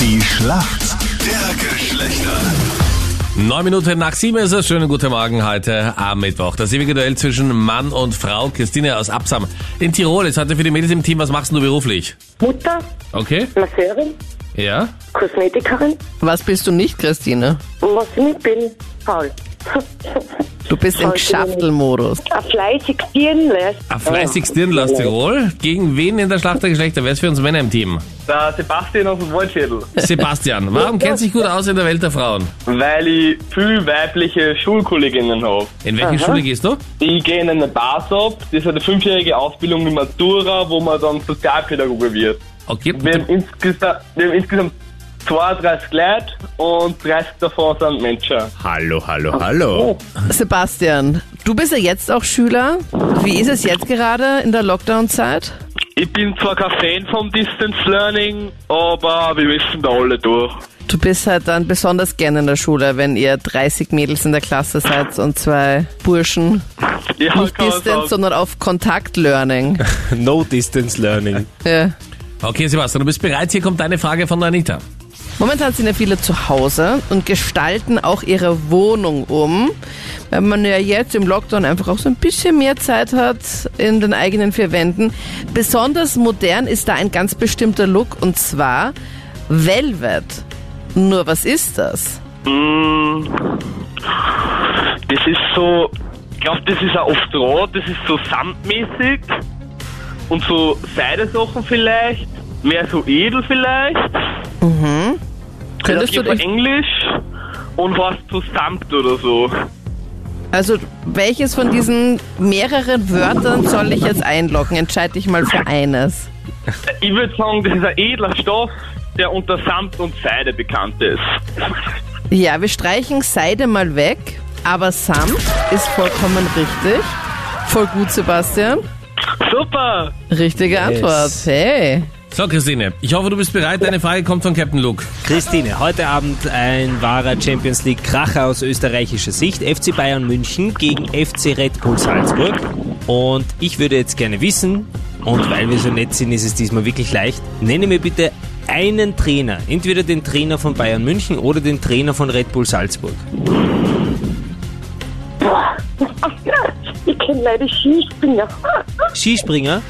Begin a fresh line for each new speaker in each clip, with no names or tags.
Die Schlacht der Geschlechter.
Neun Minuten nach sieben ist es. Schönen guten Morgen heute am Mittwoch. Das ewige Duell zwischen Mann und Frau. Christine aus Absam in Tirol ist heute für die Mädels im Team. Was machst denn du beruflich?
Mutter,
Okay.
Masseurin,
Ja.
Kosmetikerin.
Was bist du nicht, Christine?
Und was ich nicht bin, faul.
Du bist im
Heute
Geschäftelmodus.
Ein fleißig Dirnless.
Ein fleißiges Dirndl aus Tirol. Gegen wen in der Schlacht der Geschlechter? Wer ist für uns Männer im Team?
Der Sebastian aus dem Waldschädel,
Sebastian. Warum kennt sich gut aus in der Welt der Frauen?
weil ich viel weibliche Schulkolleginnen habe.
In welche Schule gehst du?
Ich gehe in eine BASOP, das ist eine fünfjährige Ausbildung mit Matura, wo man dann Sozialpädagoge wird.
Okay.
Wir haben insgesamt, wir haben insgesamt 32 Leute und 30 davon sind Menschen.
Hallo, hallo, hallo.
Sebastian, du bist ja jetzt auch Schüler. Wie ist es jetzt gerade in der Lockdown-Zeit?
Ich bin zwar kein Fan vom Distance Learning, aber wir müssen da alle durch.
Du bist halt dann besonders gern in der Schule, wenn ihr 30 Mädels in der Klasse seid und zwei Burschen.
Ja,
Nicht
kann man
Distance,
sagen.
sondern auf Kontakt-Learning.
No Distance Learning.
ja.
Okay, Sebastian, du bist bereit. Hier kommt deine Frage von Anita.
Momentan sind ja viele zu Hause und gestalten auch ihre Wohnung um. Weil man ja jetzt im Lockdown einfach auch so ein bisschen mehr Zeit hat in den eigenen vier Wänden. Besonders modern ist da ein ganz bestimmter Look und zwar Velvet. Nur was ist das?
Das ist so, ich glaube, das ist auch oft rot, das ist so samtmäßig und so Seidesachen vielleicht, mehr so edel vielleicht.
Könntest du
auf jeden Fall
dich,
Englisch und was so Samt oder so.
also welches von diesen mehreren Wörtern soll ich jetzt einloggen? Entscheide dich mal für eines.
Ich würde sagen, das ist ein edler Stoff, der unter Samt und Seide bekannt ist.
Ja, wir streichen Seide mal weg, aber Samt ist vollkommen richtig. Voll gut, Sebastian.
Super!
Richtige Antwort. Hey.
So, Christine, ich hoffe, du bist bereit. Deine Frage kommt von Captain Luke.
Christine, heute Abend ein wahrer Champions League Kracher aus österreichischer Sicht. FC Bayern München gegen FC Red Bull Salzburg. Und ich würde jetzt gerne wissen, und weil wir so nett sind, ist es diesmal wirklich leicht, nenne mir bitte einen Trainer, entweder den Trainer von Bayern München oder den Trainer von Red Bull Salzburg.
Ich kenne leider Skispringer.
Skispringer?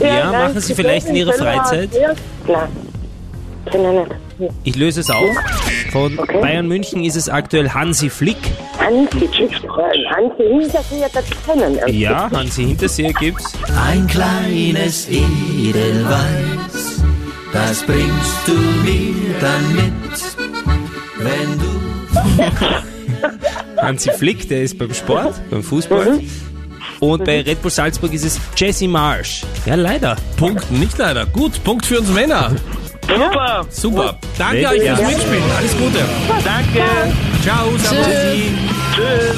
Ja,
nein,
machen Sie
ich
vielleicht in
bin
Ihrer
selber
Freizeit?
Ja. Nein, kenne ich nicht.
Ich löse es auf. Von Bayern München ist es aktuell Hansi Flick.
Hansi, Skispringer. Hansi, Hinterseher, das kennen wir.
Ja, Hansi Hinterseher gibt's.
Ein kleines Edelweiß, das bringst du mir dann mit, wenn du
Hansi Flick, der ist beim Sport, beim Fußball. Und bei Red Bull Salzburg ist es Jesse Marsch. Ja, leider.
Punkt, nicht leider. Gut, Punkt für uns Männer.
Super!
Super. Danke euch
Ja.
fürs Mitspielen. Alles Gute.
Danke!
Ciao, Servus.
Tschüss.
Tschüss!